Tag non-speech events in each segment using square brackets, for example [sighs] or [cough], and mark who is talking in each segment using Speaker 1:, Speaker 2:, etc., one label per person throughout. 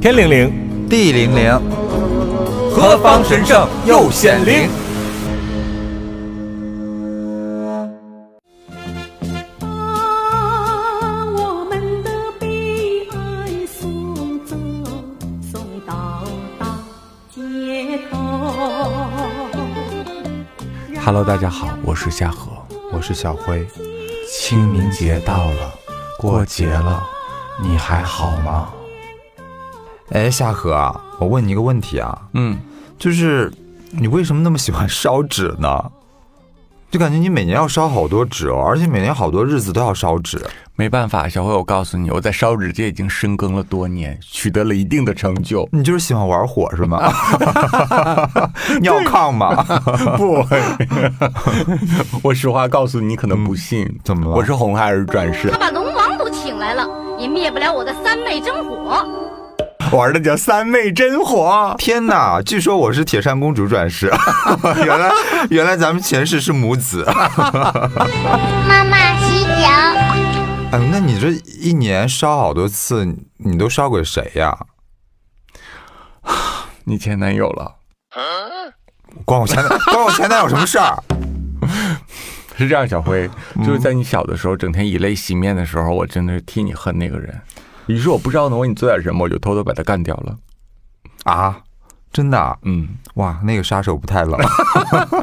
Speaker 1: 天灵灵，
Speaker 2: 地灵灵，
Speaker 3: 何方神圣又显灵？
Speaker 4: 把我们的悲哀送走，送到大街头。
Speaker 5: Hello，大家好，我是夏荷。
Speaker 6: 我是小辉，
Speaker 5: 清明节到了，过节了，你还好吗？
Speaker 2: 哎，夏荷啊，我问你一个问题啊，
Speaker 5: 嗯，
Speaker 2: 就是你为什么那么喜欢烧纸呢？就感觉你每年要烧好多纸哦，而且每年好多日子都要烧纸。。
Speaker 5: 没办法，小辉，我告诉你，我在烧纸界已经深耕了多年，取得了一定的成就 [laughs]
Speaker 2: 你就是喜欢玩火
Speaker 3: [laughs]
Speaker 2: 是吗？尿炕吗？
Speaker 5: 不，我实话告诉你，你可能不信。
Speaker 2: 怎么了
Speaker 5: 我是红孩儿转世
Speaker 7: 他，把龙王都请来了，也灭不了我的三昧真火。
Speaker 5: 玩的叫三昧真火。
Speaker 2: 天哪！据说我是铁扇公主转世， [laughs] 原来原来咱们前世是母子。
Speaker 8: 妈妈洗脚，
Speaker 2: 哎，那你这一年烧好多次，你你都烧给谁呀？
Speaker 5: 你前男友了？
Speaker 2: 关我前男关我前男友什么事儿？
Speaker 5: 是这样，小辉，就是在你小的时候，整天以泪洗面的时候，我真的是替你恨那个人。于是我不知道能为你做点什么，我就偷偷把他干掉了。
Speaker 2: 啊，真的、啊？
Speaker 5: 嗯，
Speaker 2: 哇，那个杀手不太冷。 [laughs]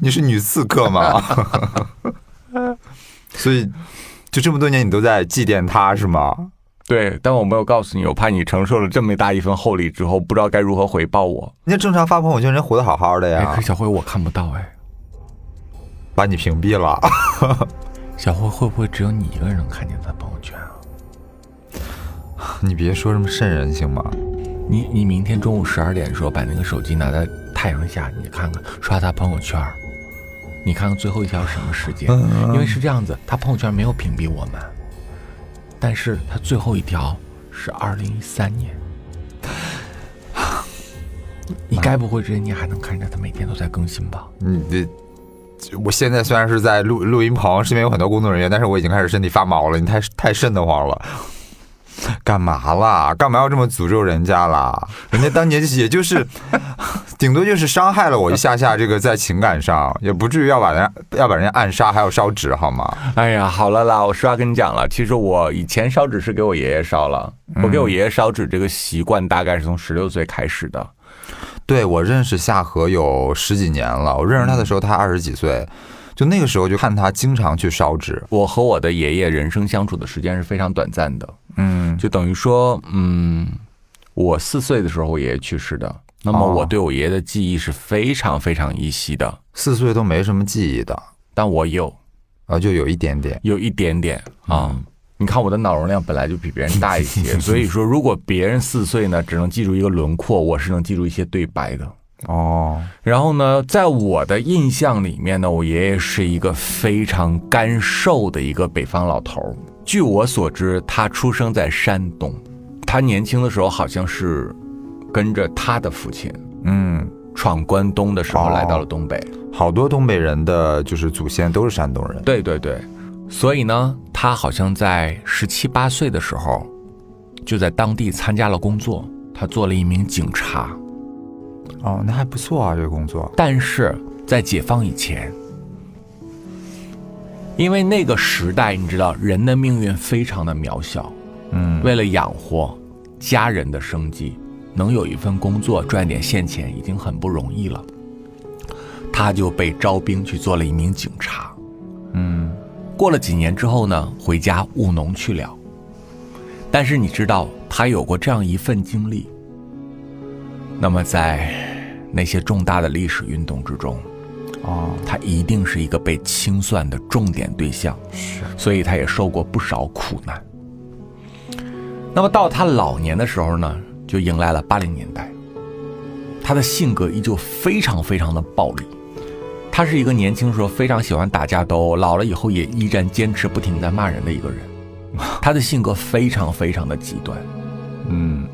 Speaker 2: 你是女刺客吗？ [laughs] 所以，就这么多年你都在祭奠他是吗？
Speaker 5: 对，但我没有告诉你，我怕你承受了这么大一份厚礼之后，不知道该如何回报我。
Speaker 2: 人家正常发朋友圈，人活得好好的
Speaker 5: 哎，
Speaker 2: 呀
Speaker 5: 可，小慧我看不到哎，
Speaker 2: 把你屏蔽了。 [laughs]
Speaker 5: 小慧会不会只有你一个人能看见她朋友圈啊？
Speaker 2: 你别说这么瘆人行吗？
Speaker 5: 你你明天中午十二点的时候把那个手机拿在太阳下，你看看刷她朋友圈儿，你看看最后一条是什么时间？因为是这样子，她朋友圈没有屏蔽我们，但是她最后一条是二零一三 [sighs] 年。你该不会这些年还能看着她每天都在更新吧？
Speaker 2: 嗯你这，我现在虽然是在录录音棚，身边有很多工作人员，但是我已经开始身体发毛了。你太太瘆得慌了，干嘛啦？干嘛要这么诅咒人家啦？人家当年也就是，顶多就是伤害了我一下下，这个在情感上也不至于要把人家要把人家暗杀，还要烧纸好吗？
Speaker 5: 哎呀，好了啦，我实话跟你讲了，其实我以前烧纸是给我爷爷烧了，
Speaker 2: 嗯
Speaker 5: 我给我爷爷烧纸这个习惯大概是从十六岁开始的。
Speaker 2: 对我认识夏荷有十几年了，我认识他的时候他二十几岁，就那个时候就看他经常去烧纸，
Speaker 5: 我和我的爷爷人生相处的时间是非常短暂的，
Speaker 2: 嗯，
Speaker 5: 就等于说，嗯，我四岁的时候我爷爷去世的，那么
Speaker 2: 哦
Speaker 5: 我对我爷爷的记忆是非常非常依稀的，
Speaker 2: 四岁都没什么记忆的，
Speaker 5: 但我有
Speaker 2: 啊，就有一点点。
Speaker 5: 有一点点啊。
Speaker 2: 嗯
Speaker 5: 你看我的脑容量本来就比别人大
Speaker 2: [laughs]
Speaker 5: 一些，所以说如果别人四岁呢，只能记住一个轮廓，我是能记住一些对白的。
Speaker 2: 哦，
Speaker 5: 然后呢，在我的印象里面呢，我爷爷是一个非常干瘦的一个北方老头儿。据我所知，他出生在山东，他年轻的时候好像是跟着他的父亲
Speaker 2: 嗯，
Speaker 5: 闯关东的时候
Speaker 2: 哦
Speaker 5: 来到了东北。
Speaker 2: 好多东北人的就是祖先都是山东人。
Speaker 5: 对对对，所以呢，他好像在十七八岁的时候，就在当地参加了工作，他做了一名警察。
Speaker 2: 哦，那还不错啊，这个工作。
Speaker 5: 但是在解放以前，因为那个时代，你知道人的命运非常的渺小，
Speaker 2: 嗯，
Speaker 5: 为了养活家人的生计，能有一份工作赚点现钱已经很不容易了。他就被招兵去做了一名警察。
Speaker 2: 嗯，
Speaker 5: 过了几年之后呢，回家务农去了。但是你知道，他有过这样一份经历。那么，在那些重大的历史运动之中，
Speaker 2: 哦，
Speaker 5: 他一定是一个被清算的重点对象，
Speaker 2: 是，
Speaker 5: 所以他也受过不少苦难。那么到他老年的时候呢，就迎来了八零年代。他的性格依旧非常非常的暴力，他是一个年轻时候非常喜欢打架斗殴，老了以后也依然坚持不停在骂人的一
Speaker 2: [laughs]
Speaker 5: 个人。他的性格非常非常的极端，
Speaker 2: 嗯，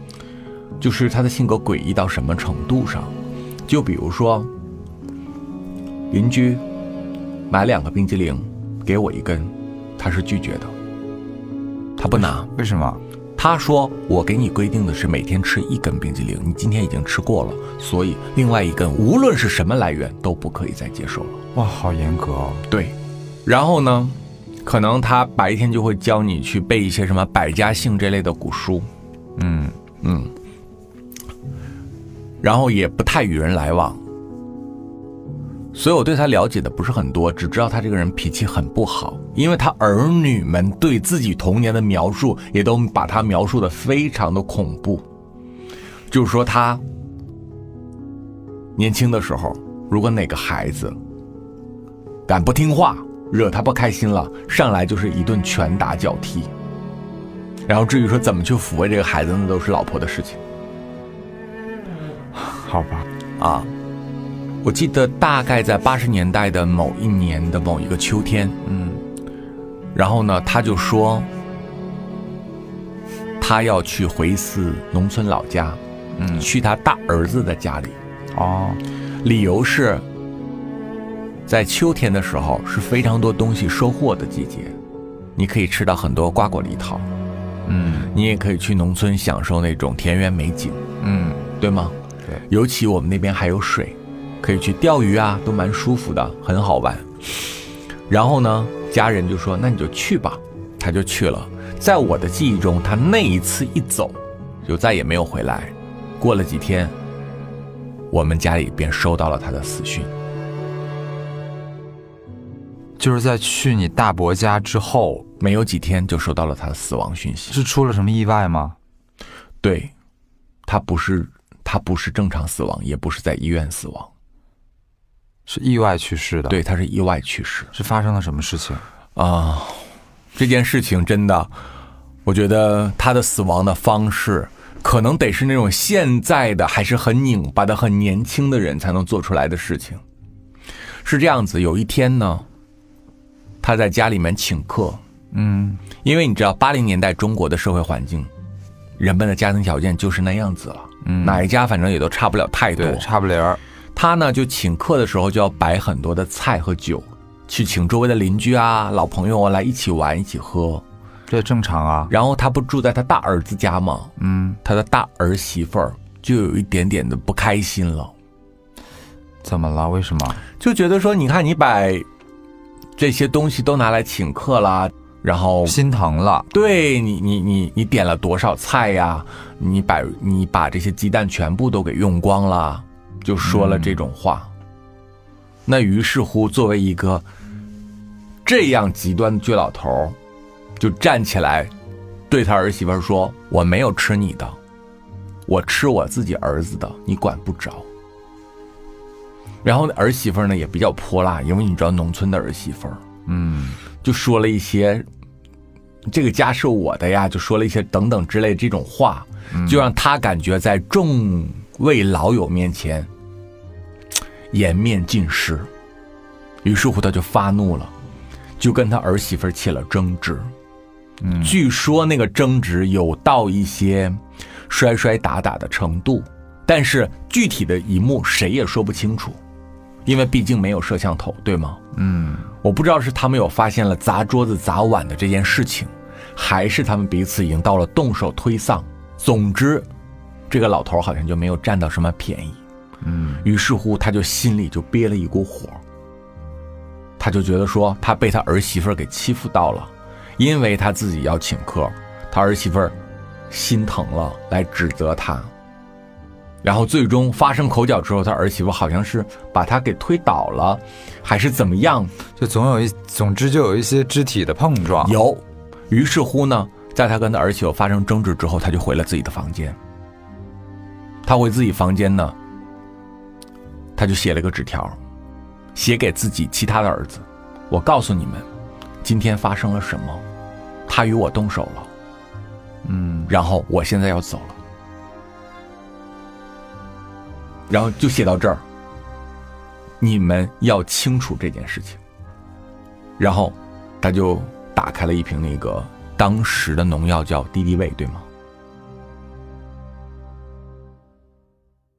Speaker 5: 就是他的性格诡异到什么程度上？就比如说，邻居买两个冰激凌给我一根，他是拒绝的，他不拿。
Speaker 2: 为什么？
Speaker 5: 他说我给你规定的是每天吃一根冰激凌，你今天已经吃过了，所以另外一根无论是什么来源都不可以再接受了。
Speaker 2: 哇，好严格哦。
Speaker 5: 对，然后呢，可能他白天就会教你去背一些什么百家姓这类的古书，
Speaker 2: 嗯，
Speaker 5: 嗯，然后也不太与人来往，所以我对他了解的不是很多，只知道他这个人脾气很不好，因为他儿女们对自己童年的描述也都把他描述的非常的恐怖，就是说他年轻的时候，如果哪个孩子敢不听话，惹他不开心了，上来就是一顿拳打脚踢。然后至于说怎么去抚慰这个孩子，那都是老婆的事情
Speaker 2: 好吧，
Speaker 5: 啊。我记得大概在八十年代的某一年的某一个秋天，嗯，然后呢，他就说他要去回一次农村老家，嗯，去他大儿子的家里，
Speaker 2: 哦，
Speaker 5: 理由是，在秋天的时候是非常多东西收获的季节，你可以吃到很多瓜果梨桃，
Speaker 2: 嗯
Speaker 5: 你也可以去农村享受那种田园美景，
Speaker 2: 嗯，
Speaker 5: 对吗？
Speaker 2: 对
Speaker 5: 尤其我们那边还有水，可以去钓鱼啊，都蛮舒服的，很好玩。然后呢，家人就说：“那你就去吧。”他就去了。在我的记忆中，他那一次一走，就再也没有回来。过了几天，我们家里便收到了他的死讯。
Speaker 2: 就是在去你大伯家之后，
Speaker 5: 没有几天就收到了他的死亡讯息。
Speaker 2: 是出了什么意外吗？
Speaker 5: 对，他不是他不是正常死亡，也不是在医院死亡，
Speaker 2: 是意外去世的。
Speaker 5: 对，，他是意外去世。
Speaker 2: 是发生了什么事情？
Speaker 5: 啊，这件事情真的，我觉得他的死亡的方式，可能得是那种现在的还是很拧巴的、很年轻的人才能做出来的事情。是这样子，有一天呢，他在家里面请客，
Speaker 2: 嗯，
Speaker 5: 因为你知道八零年代中国的社会环境，人们的家庭条件就是那样子了，嗯、哪一家反正也都差不了太多，
Speaker 2: 对，差不离儿。
Speaker 5: 他呢就请客的时候就要摆很多的菜和酒，去请周围的邻居啊、老朋友啊来一起玩、一起喝。
Speaker 2: 这正常啊。
Speaker 5: 然后他不住在他大儿子家吗？
Speaker 2: 嗯，
Speaker 5: 他的大儿媳妇儿就有一点点的不开心了，
Speaker 2: 怎么了？为什么？
Speaker 5: 就觉得说，你看你把这些东西都拿来请客啦，然后
Speaker 2: 心疼了。
Speaker 5: 对你，你你你点了多少菜呀、你把你把这些鸡蛋全部都给用光了，就说了这种话。那于是乎，作为一个这样极端的倔老头儿，就站起来对他儿媳妇儿说：“我没有吃你的，我吃我自己儿子的，你管不着。”然后呢儿媳妇儿呢也比较泼辣，因为你知道农村的儿媳妇儿
Speaker 2: 嗯，
Speaker 5: 就说了一些这个家是我的呀，就说了一些等等之类这种话，就让他感觉在众位老友面前颜面尽失。于是乎，他就发怒了，就跟他儿媳妇儿起了争执。据说那个争执有到一些摔摔打打的程度，但是具体的一幕谁也说不清楚，因为毕竟没有摄像头，对吗？我不知道是他们有发现了砸桌子、砸碗的这件事情，还是他们彼此已经到了动手推搡。总之，这个老头好像就没有占到什么便宜。嗯，于是乎他就心里就憋了一股火，他就觉得说他被他儿媳妇儿给欺负到了，因为他自己要请客，他儿媳妇儿心疼了，来指责他。然后最终发生口角之后，他儿媳妇好像是把他给推倒了，还是怎么样？
Speaker 2: 就总有一，总之就有一些肢体的碰撞。
Speaker 5: 有。于是乎呢，在他跟他儿媳妇发生争执之后，他就回了自己的房间。他回自己房间呢，他就写了个纸条，写给自己其他的儿子：“我告诉你们，今天发生了什么，他与我动手了，嗯，然后我现在要走了。”然后就写到这儿，你们要清楚这件事情。然后他就打开了一瓶那个当时的农药叫敌敌畏，对吗？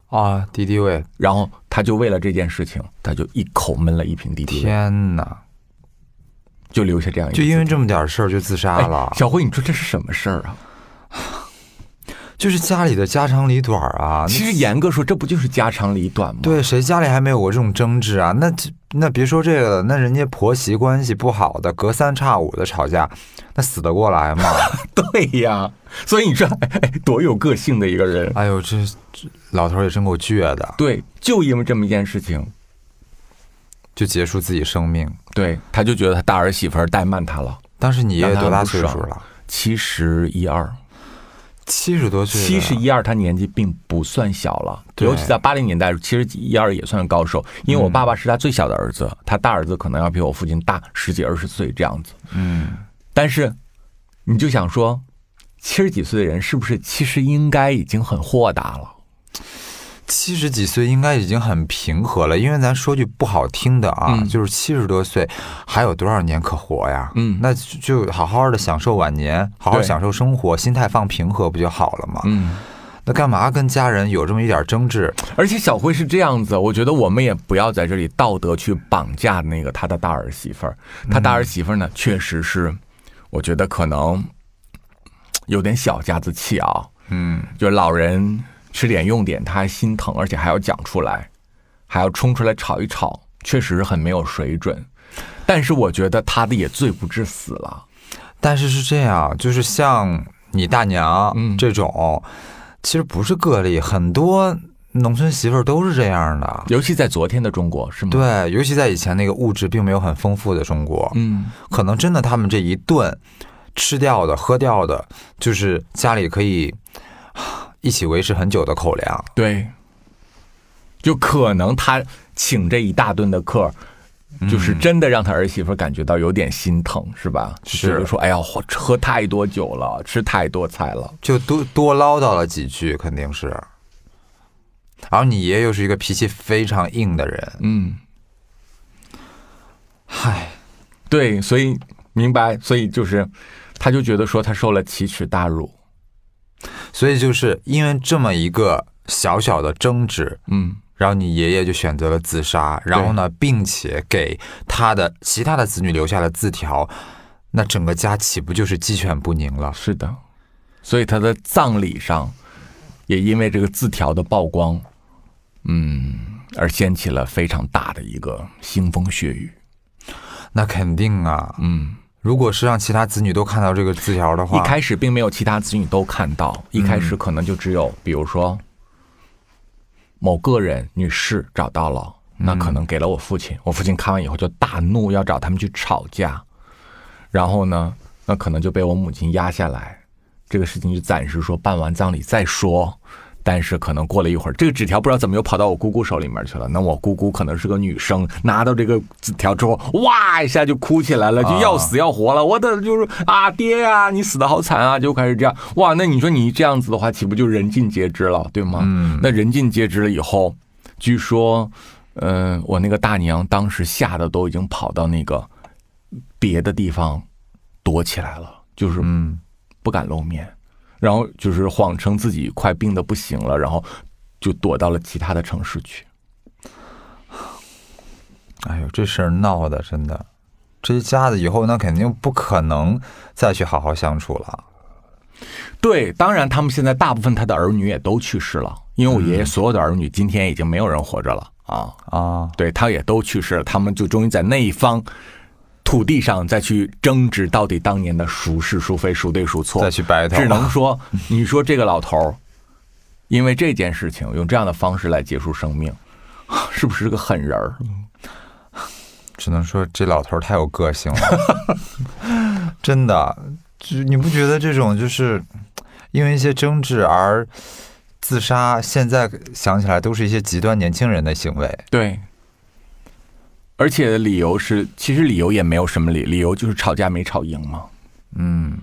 Speaker 2: 啊，敌敌畏，
Speaker 5: 然后他就为了这件事情，他就一口闷了一瓶敌敌畏，
Speaker 2: 天哪！
Speaker 5: 就留下这样一个
Speaker 2: 就
Speaker 5: 字。
Speaker 2: 因为这么点事儿就自杀
Speaker 5: 哎
Speaker 2: 了，
Speaker 5: 小辉，你说这是什么事儿啊？
Speaker 2: 就是家里的家长里短儿 [laughs] 啊。那
Speaker 5: 其实严格说，这不就是家长里短吗？，
Speaker 2: 对谁家里还没有过这种争执啊？那这那别说这个了，那人家婆媳关系不好的，隔三差五的吵架，那死得过来吗？
Speaker 5: 对呀。所以你说， [laughs] 哎，多有个性的一个人。
Speaker 2: [laughs] 哎呦，这这老头儿也真够倔的，
Speaker 5: 对，就因为这么一件事情，
Speaker 2: 就结束自己生命。
Speaker 5: 对，他就觉得他大儿媳妇儿怠慢他了。
Speaker 2: 当时你爷爷多大岁
Speaker 5: 让
Speaker 2: 数
Speaker 5: 他很不
Speaker 2: 了？
Speaker 5: 七十一二，
Speaker 2: 七十多岁了，
Speaker 5: 七十一二，他年纪并不算小了，
Speaker 2: 对
Speaker 5: 尤其在八零年代，七十一二也算高手。因为我爸爸是他最小的儿子，他大儿子可能要比我父亲大十几二十岁这样子。
Speaker 2: 嗯，
Speaker 5: 但是，你就想说，七十几岁的人是不是其实应该已经很豁达了？
Speaker 2: 七十几岁应该已经很平和了，因为咱说句不好听的啊，
Speaker 5: 嗯
Speaker 2: 就是七十多岁还有多少年可活呀？
Speaker 5: 嗯
Speaker 2: 那就就好好的享受晚年，好好
Speaker 5: 对
Speaker 2: 享受生活，心态放平和不就好了吗？
Speaker 5: 嗯，
Speaker 2: 那干嘛跟家人有这么一点争执？
Speaker 5: 而且小辉是这样子，我觉得我们也不要在这里道德去绑架那个他的大儿媳妇儿。他大儿
Speaker 2: 嗯
Speaker 5: 媳妇儿呢，确实是，我觉得可能有点小家子气啊。
Speaker 2: 嗯，
Speaker 5: 就是老人吃点用点，他还心疼，而且还要讲出来，还要冲出来吵一吵，确实很没有水准。但是我觉得他的也罪不至死了。
Speaker 2: 但是是这样，就是像你大娘
Speaker 5: 嗯
Speaker 2: 这种，其实不是个例，很多农村媳妇儿都是这样的。
Speaker 5: 尤其在昨天的中国，是吗？，
Speaker 2: 对，尤其在以前那个物质并没有很丰富的中国，
Speaker 5: 嗯，
Speaker 2: 可能真的他们这一顿吃掉的、喝掉的，就是家里可以啊一起维持很久的口粮。
Speaker 5: 对，就可能他请这一大顿的客，就是真的让他儿媳妇感觉到有点心疼，是吧？
Speaker 2: 是
Speaker 5: 就觉得说，哎呀，我喝太多酒了，吃太多菜了。
Speaker 2: 就多多唠叨了几句，肯定是。然后你爷又是一个脾气非常硬的人，
Speaker 5: 嗯，
Speaker 2: 嗨，
Speaker 5: 对，所以明白，所以就是，他就觉得说他受了奇耻大辱。
Speaker 2: 所以就是因为这么一个小小的争执，
Speaker 5: 嗯，
Speaker 2: 然后你爷爷就选择了自杀，然后呢，并且给他的其他的子女留下了字条，那整个家岂不就是鸡犬不宁了？
Speaker 5: 是的，所以他的葬礼上，也因为这个字条的曝光，嗯，而掀起了非常大的一个腥风血雨。
Speaker 2: 那肯定啊，
Speaker 5: 嗯，
Speaker 2: 如果是让其他子女都看到这个字条的
Speaker 5: 一
Speaker 2: 话，嗯
Speaker 5: 开始并没有其他子女都看到，一开始可能就只有，比如说某个人女士找到了，
Speaker 2: 嗯
Speaker 5: 那可能给了我父亲，我父亲看完以后就大怒，要找他们去吵架，然后呢，那可能就被我母亲压下来，这个事情就暂时说办完葬礼再说。但是可能过了一会儿，这个纸条不知道怎么又跑到我姑姑手里面去了。那我姑姑可能是个女生，拿到这个纸条之后，哇一下就哭起来了，就要死要活了。我的就是啊，爹呀、你死的好惨啊，就开始这样。哇，那你说你这样子的话，岂不就人尽皆知了，对吗？
Speaker 2: 嗯
Speaker 5: 那人尽皆知了以后，据说，嗯、我那个大娘当时吓得都已经跑到那个别的地方躲起来了，就是
Speaker 2: 嗯，
Speaker 5: 不敢露面，然后就是谎称自己快病的不行了，然后就躲到了其他的城市去。
Speaker 2: 哎呦，这事儿闹的真的，这一家子以后那肯定不可能再去好好相处了。
Speaker 5: 对，当然他们现在大部分他的儿女也都去世了，因为我
Speaker 2: 嗯
Speaker 5: 爷爷所有的儿女今天已经没有人活着了啊。
Speaker 2: 啊，
Speaker 5: 对他也都去世了，他们就终于在那一方土地上再去争执，到底当年的孰是孰非、孰对孰错，
Speaker 2: 再去 battle
Speaker 5: 只能说，你说这个老头儿，因为这件事情用这样的方式来结束生命， [laughs] 是不是个狠人儿？
Speaker 2: 只能说这老头儿太有个性了， [laughs] 真的，就你不觉得这种就是因为一些争执而自杀，现在想起来都是一些极端年轻人的行为。
Speaker 5: 对。而且理由是，其实理由也没有什么理，理由就是吵架没吵赢嘛，
Speaker 2: 嗯，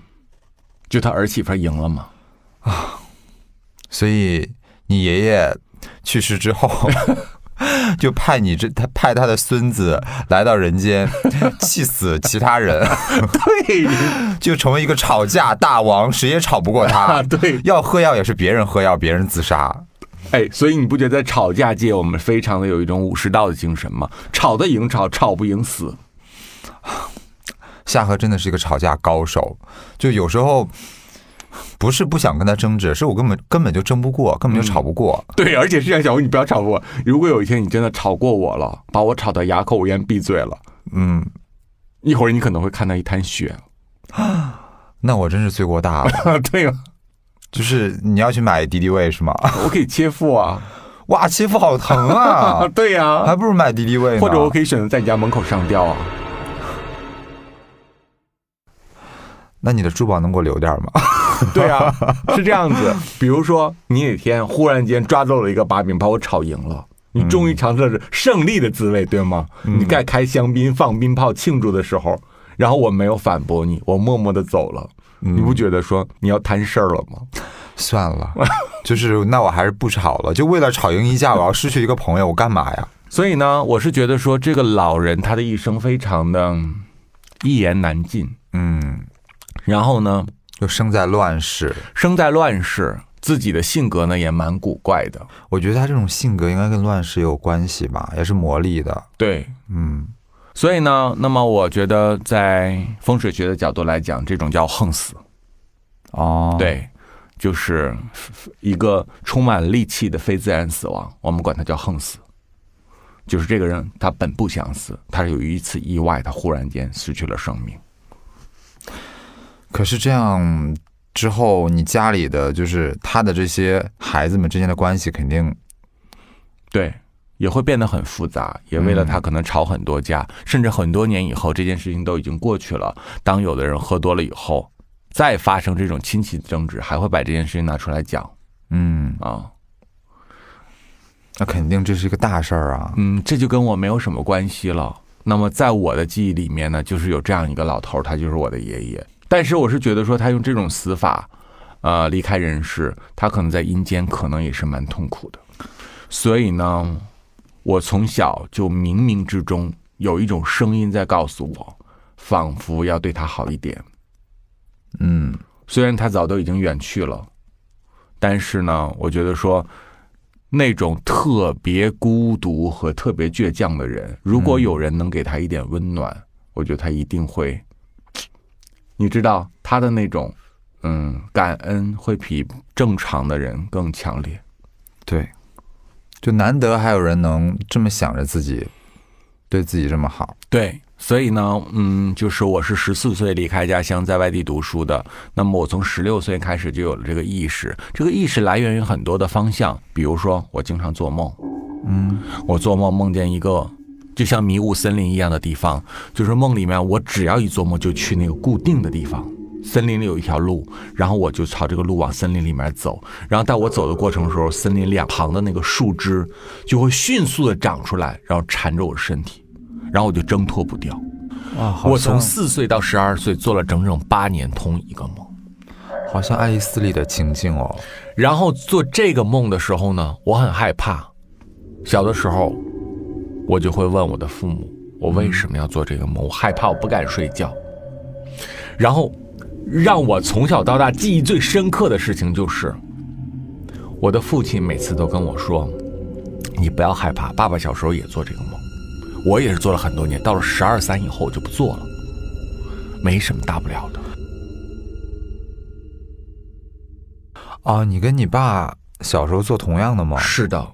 Speaker 5: 就他儿媳妇儿赢了嘛。
Speaker 2: 所以你爷爷去世之后。 [laughs] 就派你这他派他的孙子来到人间，气死其他人，
Speaker 5: [laughs]
Speaker 2: [laughs]
Speaker 5: 对， [laughs]
Speaker 2: 就成为一个吵架大王，谁也吵不过他。
Speaker 5: 啊对
Speaker 2: 要喝药也是别人喝药，别人自杀。
Speaker 5: 哎，所以你不觉得在吵架界我们非常的有一种武士道的精神吗？吵得赢吵，吵不赢死。
Speaker 2: 夏荷真的是一个吵架高手，就有时候不是不想跟他争执，是我根本根本就争不过，根本就吵不过。
Speaker 5: 对，而且是这样，小吴，你不要吵我。如果有一天你真的吵过我了，把我吵得哑口无言、闭嘴了，
Speaker 2: 嗯，
Speaker 5: 一会儿你可能会看到一滩血。
Speaker 2: 那我真是罪过大了。
Speaker 5: [laughs] 对啊，
Speaker 2: 就是你要去买敌敌畏是吗？
Speaker 5: [laughs]
Speaker 2: [laughs]
Speaker 5: 我可以切腹啊！
Speaker 2: 哇，欺负好疼
Speaker 5: 啊，
Speaker 2: 啊！
Speaker 5: 对呀、
Speaker 2: 还不如买敌敌畏呢。
Speaker 5: 或者我可以选择在你家门口上吊啊。
Speaker 2: 那你的珠宝能给我留点吗？
Speaker 5: [laughs] 对啊，是这样子。比如说，你哪天忽然间抓漏了一个把柄，把我吵赢了，你终于尝试了胜利的滋味，对吗？你该开香槟、放鞭炮庆祝的时候，然后我没有反驳你，我默默的走了。
Speaker 2: 嗯
Speaker 5: 你不觉得说你要摊事儿了吗？
Speaker 2: 算
Speaker 5: [laughs]
Speaker 2: 了，就是那我还是不吵了。就为了吵赢一架，我要失去一个朋友，我干嘛呀？
Speaker 5: 所以呢，我是觉得说这个老人他的一生非常的一言难尽，
Speaker 2: 嗯，
Speaker 5: 然后呢，
Speaker 2: 就生在乱世。
Speaker 5: 生在乱世，自己的性格呢也蛮古怪的。
Speaker 2: 我觉得他这种性格应该跟乱世有关系吧，也是磨砺的。
Speaker 5: 对，
Speaker 2: 嗯，
Speaker 5: 所以呢，那么我觉得在风水学的角度来讲，这种叫横死，
Speaker 2: 哦，，
Speaker 5: 对，就是一个充满戾气的非自然死亡，我们管它叫横死。就是这个人他本不想死，他是由于一次意外，他忽然间失去了生命。
Speaker 2: 可是这样之后，你家里的就是他的这些孩子们之间的关系肯定
Speaker 5: 对，也会变得很复杂，也为了他可能吵很多架，甚至很多年以后这件事情都已经过去了。当有的人喝多了以后，再发生这种亲戚争执，还会把这件事情拿出来讲
Speaker 2: 嗯，
Speaker 5: 啊。
Speaker 2: 那肯定这是一个大事儿啊。
Speaker 5: 嗯，这就跟我没有什么关系了。那么在我的记忆里面呢，就是有这样一个老头儿，他就是我的爷爷。但是我是觉得说，他用这种死法，呃，离开人世，他可能在阴间可能也是蛮痛苦的。所以呢，我从小就冥冥之中有一种声音在告诉我，仿佛要对他好一点。
Speaker 2: 嗯，
Speaker 5: 虽然他早都已经远去了，但是呢，我觉得说那种特别孤独和特别倔强的人，如果有人能给他一点温暖，我觉得他一定会，你知道他的那种，嗯，感恩会比正常的人更强烈。
Speaker 2: 对，就难得还有人能这么想着自己，对自己这么好。
Speaker 5: 对，所以呢，嗯，就是我是十四岁离开家乡，在外地读书的。那么我从十六岁开始就有了这个意识，这个意识来源于很多的方向，比如说我经常做梦，嗯，我做梦梦见一个就像迷雾森林一样的地方，就是梦里面我只要一做梦就去那个固定的地方。森林里有一条路，然后我就朝这个路往森林里面走。然后在我走的过程的时候，森林两旁的那个树枝就会迅速的长出来，然后缠着我身体，然后我就挣脱不掉。
Speaker 2: 啊，
Speaker 5: 我从四岁到十二岁做了整整八年同一个梦，
Speaker 2: 好像爱丽丝里的情境哦。
Speaker 5: 然后做这个梦的时候呢，我很害怕。小的时候，我就会问我的父母，我为什么要做这个梦？我害怕，我不敢睡觉。然后，让我从小到大记忆最深刻的事情就是，我的父亲每次都跟我说：“你不要害怕，爸爸小时候也做这个梦，我也是做了很多年，到了十二三以后我就不做了，没什么大不了的。”
Speaker 2: 哦，你跟你爸小时候做同样的梦？
Speaker 5: 是的，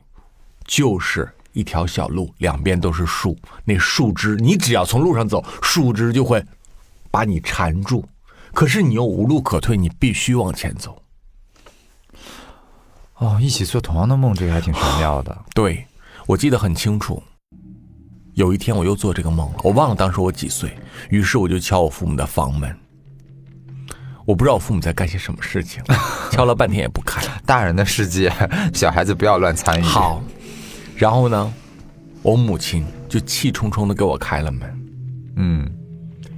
Speaker 5: 就是一条小路，两边都是树，那树枝你只要从路上走，树枝就会把你缠住，可是你又无路可退，你必须往前走。
Speaker 2: 哦，一起做同样的梦，这个还挺神妙的。
Speaker 5: 对，我记得很清楚。有一天我又做这个梦了，我忘了当时我几岁，于是我就敲我父母的房门。我不知道我父母在干些什么事情，敲了半天也不开。
Speaker 2: [laughs] 大人的世界，小孩子不要乱参与。，
Speaker 5: 好，然后呢，我母亲就气冲冲的给我开了门。
Speaker 2: 嗯，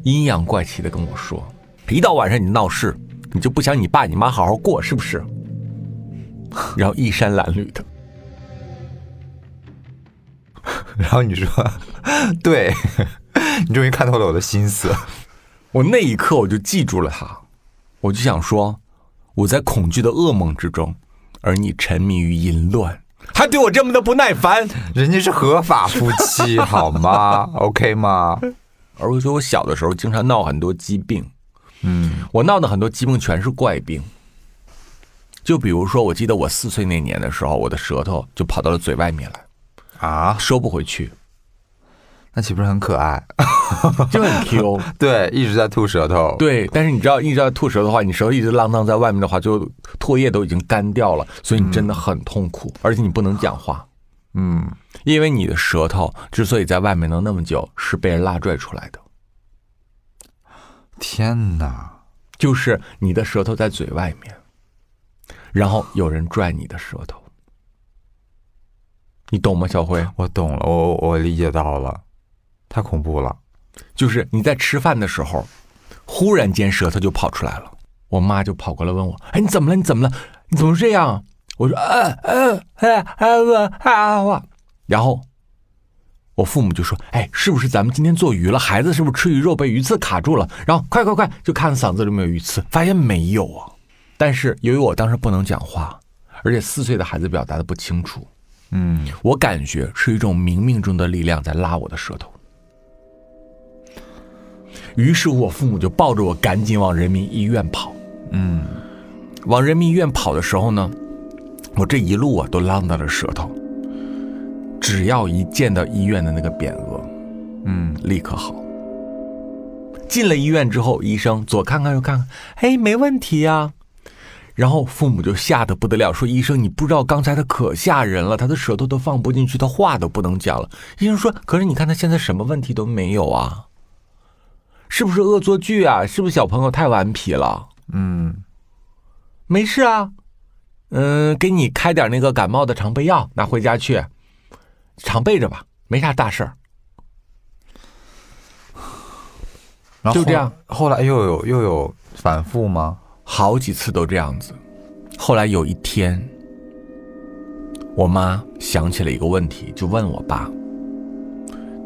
Speaker 5: 阴阳怪气的跟我说：“一到晚上你闹事，你就不想你爸你妈好好过是不是？”然后衣衫褴褛的，
Speaker 2: [laughs] 然后你说， [laughs] 对， [laughs] 你终于看透了我的心思。
Speaker 5: 我那一刻我就记住了他，我就想说，我在恐惧的噩梦之中，而你沉迷于淫乱，还对我这么的不耐烦。
Speaker 2: 人家是合法夫妻，好吗？OK 吗？
Speaker 5: 而我觉得我小的时候经常闹很多疾病，嗯，我闹的很多疾病全是怪病，就比如说，我记得我四岁那年的时候，我的舌头就跑到了嘴外面来，
Speaker 2: 啊，
Speaker 5: 收不回去，
Speaker 2: 那岂不是很可爱？ [laughs]
Speaker 5: 就很 Q。
Speaker 2: 对，一直在吐舌头。
Speaker 5: 对，但是你知道，一直要吐舌头的话，你舌头一直浪荡在外面的话，就唾液都已经干掉了，所以你真的很痛苦，而且你不能讲话，
Speaker 2: 嗯，
Speaker 5: 因为你的舌头之所以在外面能那么久，是被人拉拽出来的，
Speaker 2: 天哪，
Speaker 5: 就是你的舌头在嘴外面，然后有人拽你的舌头，你懂吗，小辉？
Speaker 2: 我懂了，我我理解到了，太恐怖了。
Speaker 5: 就是你在吃饭的时候，忽然间舌头就跑出来了。我妈就跑过来问我：“哎，你怎么了？你怎么了？你怎么这样？”我说：“啊啊啊啊啊啊！”然后我父母就说：“哎，是不是咱们今天做鱼了？孩子是不是吃鱼肉被鱼刺卡住了？然后快快快，就看嗓子里有没有鱼刺，发现没有啊。但是由于我当时不能讲话，而且四岁的孩子表达的不清楚，
Speaker 2: 嗯，
Speaker 5: 我感觉是一种冥冥中的力量在拉我的舌头。于是乎，我父母就抱着我赶紧往人民医院跑。
Speaker 2: 嗯，
Speaker 5: 往人民医院跑的时候呢，我这一路啊都浪荡着舌头。只要一见到医院的那个匾额，
Speaker 2: 嗯，
Speaker 5: 立刻好。进了医院之后，医生左看看右看看，哎，没问题呀、然后父母就吓得不得了，说：“医生，你不知道刚才他可吓人了，他的舌头都放不进去，他话都不能讲了。”医生说：“可是你看他现在什么问题都没有啊，是不是恶作剧啊？是不是小朋友太顽皮了？”
Speaker 2: 嗯，
Speaker 5: 没事啊，嗯，给你开点那个感冒的常备药，拿回家去，常备着吧，没啥大事儿。
Speaker 2: 然后
Speaker 5: 就这
Speaker 2: 后
Speaker 5: 样。
Speaker 2: 后来又有又有反复吗？
Speaker 5: 好几次都这样子。后来有一天，我妈想起了一个问题，就问我爸：“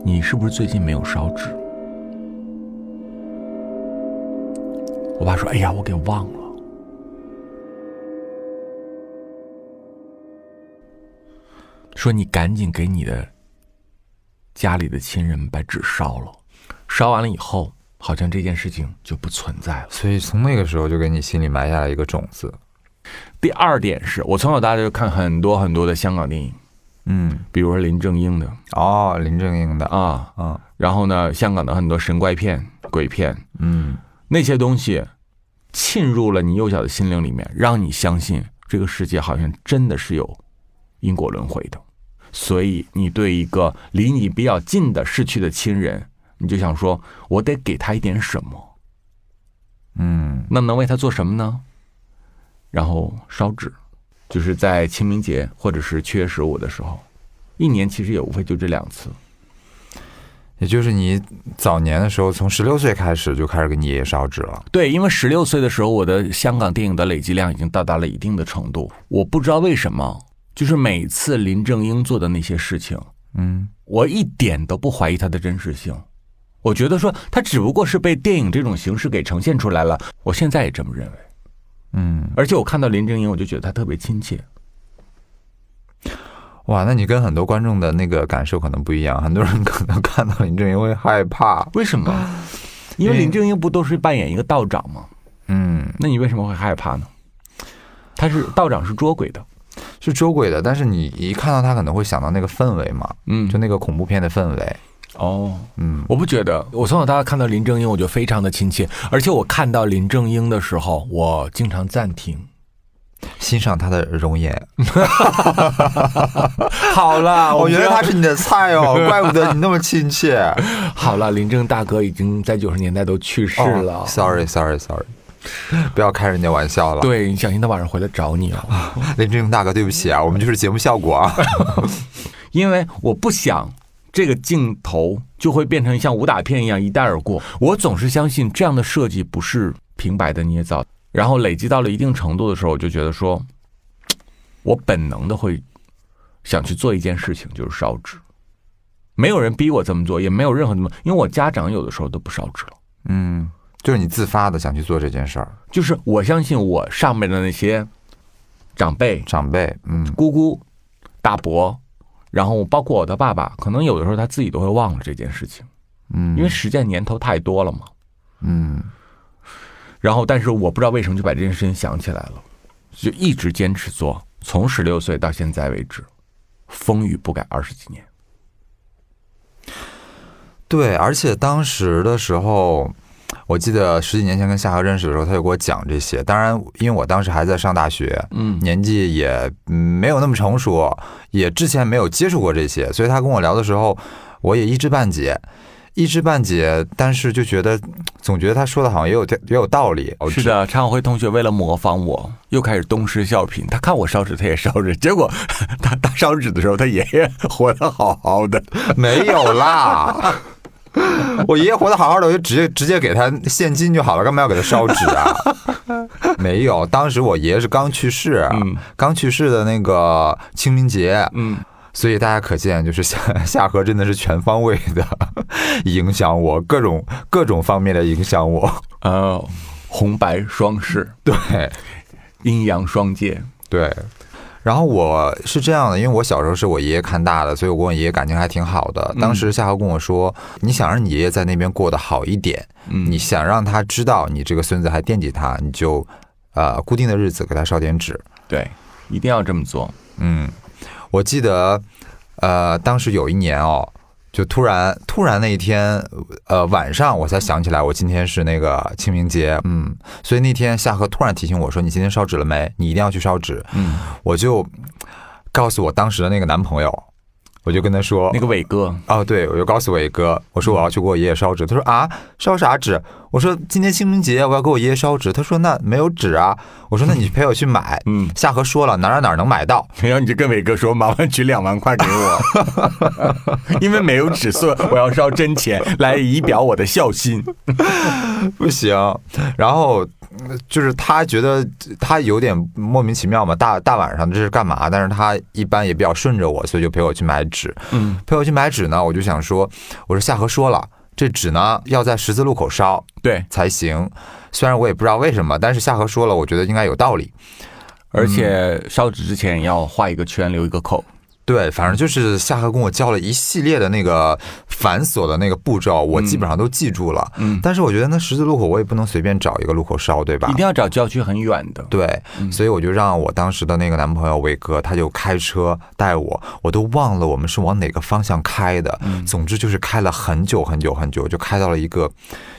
Speaker 5: 你是不是最近没有烧纸？”我爸说：“哎呀，我给忘了。”说你赶紧给你的家里的亲人把纸烧了，烧完了以后，好像这件事情就不存在了。
Speaker 2: 所以从那个时候就给你心里埋下了一个种子。
Speaker 5: 第二点是我从小到大就看很多很多的香港电影，
Speaker 2: 嗯，
Speaker 5: 比如说林正英的
Speaker 2: 哦，林正英的，
Speaker 5: 啊，
Speaker 2: 嗯
Speaker 5: 然后呢，香港的很多神怪片、鬼片
Speaker 2: 嗯
Speaker 5: 那些东西，沁入了你幼小的心灵里面，让你相信这个世界好像真的是有因果轮回的。所以你对一个离你比较近的逝去的亲人，你就想说，我得给他一点什么，
Speaker 2: 嗯，
Speaker 5: 那能为他做什么呢？然后烧纸，就是在清明节或者是七月十五的时候，一年其实也无非就这两次。
Speaker 2: 也就是你早年的时候，从十六岁开始就开始给你爷爷烧纸了。
Speaker 5: 对，因为十六岁的时候，我的香港电影的累积量已经到达了一定的程度。我不知道为什么，就是每次林正英做的那些事情，
Speaker 2: 嗯
Speaker 5: 我一点都不怀疑它的真实性。我觉得说它只不过是被电影这种形式给呈现出来了。我现在也这么认为，
Speaker 2: 嗯，
Speaker 5: 而且我看到林正英，我就觉得他特别亲切。
Speaker 2: 哇，那你跟很多观众的那个感受可能不一样，很多人可能看到林正英会害怕。
Speaker 5: 为什么？啊因为林正英不都是扮演一个道长吗？
Speaker 2: 嗯，
Speaker 5: 那你为什么会害怕呢？他是道长是捉鬼的，
Speaker 2: 是捉鬼的，但是你一看到他可能会想到那个氛围嘛，
Speaker 5: 嗯
Speaker 2: 就那个恐怖片的氛围。
Speaker 5: 哦，
Speaker 2: 嗯
Speaker 5: 我不觉得，我从小到大看到林正英，我就非常的亲切，而且我看到林正英的时候，我经常暂停。
Speaker 2: 欣赏他的容颜。
Speaker 5: [laughs] 好了，
Speaker 2: 哦，
Speaker 5: 我
Speaker 2: 原来
Speaker 5: 知道
Speaker 2: 他是你的菜哦，怪不得你那么亲切。
Speaker 5: 好了，林正大哥已经在九十年代都去世了。
Speaker 2: 哦 Sorry，Sorry，Sorry，不要开人家玩笑了。，
Speaker 5: 对你小心他晚上回来找你哦，
Speaker 2: 林志颖大哥，对不起啊，我们就是节目效果啊。
Speaker 5: 因为我不想这个镜头就会变成像武打片一样一带而过。我总是相信这样的设计不是平白的捏造，然后累积到了一定程度的时候，我就觉得说，我本能的会想去做一件事情，就是烧纸。没有人逼我这么做，也没有任何什么，因为我家长有的时候都不烧纸了。
Speaker 2: 嗯，就是你自发的想去做这件事儿，
Speaker 5: 就是我相信我上面的那些长辈、
Speaker 2: 长辈，嗯
Speaker 5: 姑姑、大伯，然后包括我的爸爸，可能有的时候他自己都会忘了这件事情，
Speaker 2: 嗯，
Speaker 5: 因为实践年头太多了嘛。
Speaker 2: 嗯，
Speaker 5: 然后，但是我不知道为什么就把这件事情想起来了，就一直坚持做，从十六岁到现在为止，风雨不改二十几年。
Speaker 2: 对，而且当时的时候，我记得十几年前跟夏荷认识的时候，他就给我讲这些。当然，因为我当时还在上大学，
Speaker 5: 嗯
Speaker 2: 年纪也嗯没有那么成熟，也之前没有接触过这些，所以他跟我聊的时候，我也一知半解。一知半解，但是就觉得总觉得他说的好像也有也有道理。
Speaker 5: 是的，常晓辉同学为了模仿我，又开始东施效颦。他看我烧纸，他也烧纸。结果 [laughs] 他他烧纸的时候，他爷爷 [laughs] 活得好好的。
Speaker 2: 没有
Speaker 5: [laughs]
Speaker 2: 啦。我爷爷活得好好的，我就直接直接给他现金就好了，干嘛要给他烧纸
Speaker 5: [laughs]
Speaker 2: 啊？没有，当时我爷爷是刚去世，啊
Speaker 5: 嗯
Speaker 2: 刚去世的那个清明节，
Speaker 5: 嗯，
Speaker 2: 所以大家可见，就是 [laughs] 夏夏荷真的是全方位的影响我，各种各种方面的影响我。 [laughs]
Speaker 5: 呃，红白双饰，
Speaker 2: 对
Speaker 5: 阴阳双界。
Speaker 2: 对，然后我是这样的，因为我小时候是我爷爷看大的，所以我跟我爷爷感情还挺好的。当时夏荷跟我说，你想让你爷爷在那边过得好一点，
Speaker 5: 嗯
Speaker 2: 你想让他知道你这个孙子还惦记他，你就呃固定的日子给他烧点纸。
Speaker 5: 对，一定要这么做。
Speaker 2: 嗯，我记得呃当时有一年哦，就突然突然那一天呃晚上我才想起来，我今天是那个清明节，嗯，所以那天夏荷突然提醒我说，你今天烧纸了没？你一定要去烧纸。
Speaker 5: 嗯，
Speaker 2: 我就告诉我当时的那个男朋友，我就跟他说
Speaker 5: 那个伟哥，
Speaker 2: 哦，对，我就告诉我一哥，我说我要去给我爷爷烧纸。他说啊，烧啥纸？我说今天清明节我要给我爷爷烧纸。他说那没有纸啊。我说那你陪我去买。
Speaker 5: 嗯
Speaker 2: 夏荷说了哪儿哪儿哪儿能买到？
Speaker 5: 然后你就跟伟哥说，麻烦取两万块给我， [laughs] 因为没有纸色，我要烧真钱来以表我的孝心。
Speaker 2: 不行。然后嗯就是他觉得他有点莫名其妙嘛，大大晚上这是干嘛？但是他一般也比较顺着我，所以就陪我去买纸。
Speaker 5: 嗯，
Speaker 2: 陪我去买纸呢，我就想说，我说夏荷说了，这纸呢要在十字路口烧。
Speaker 5: 对，
Speaker 2: 才行。虽然我也不知道为什么，但是夏荷说了，我觉得应该有道理。
Speaker 5: 而且烧纸之前要画一个圈，留一个口。
Speaker 2: 对，反正就是夏荷跟我教了一系列的那个繁琐的那个步骤，我基本上都记住了。
Speaker 5: 嗯
Speaker 2: 但是我觉得那十字路口我也不能随便找一个路口烧，对吧
Speaker 5: 一？定要找郊区很远的。
Speaker 2: 对，
Speaker 5: 嗯
Speaker 2: 所以我就让我当时的那个男朋友伟哥，他就开车带我，我都忘了我们是往哪个方向开的。
Speaker 5: 嗯
Speaker 2: 总之就是开了很久很久很久，就开到了一个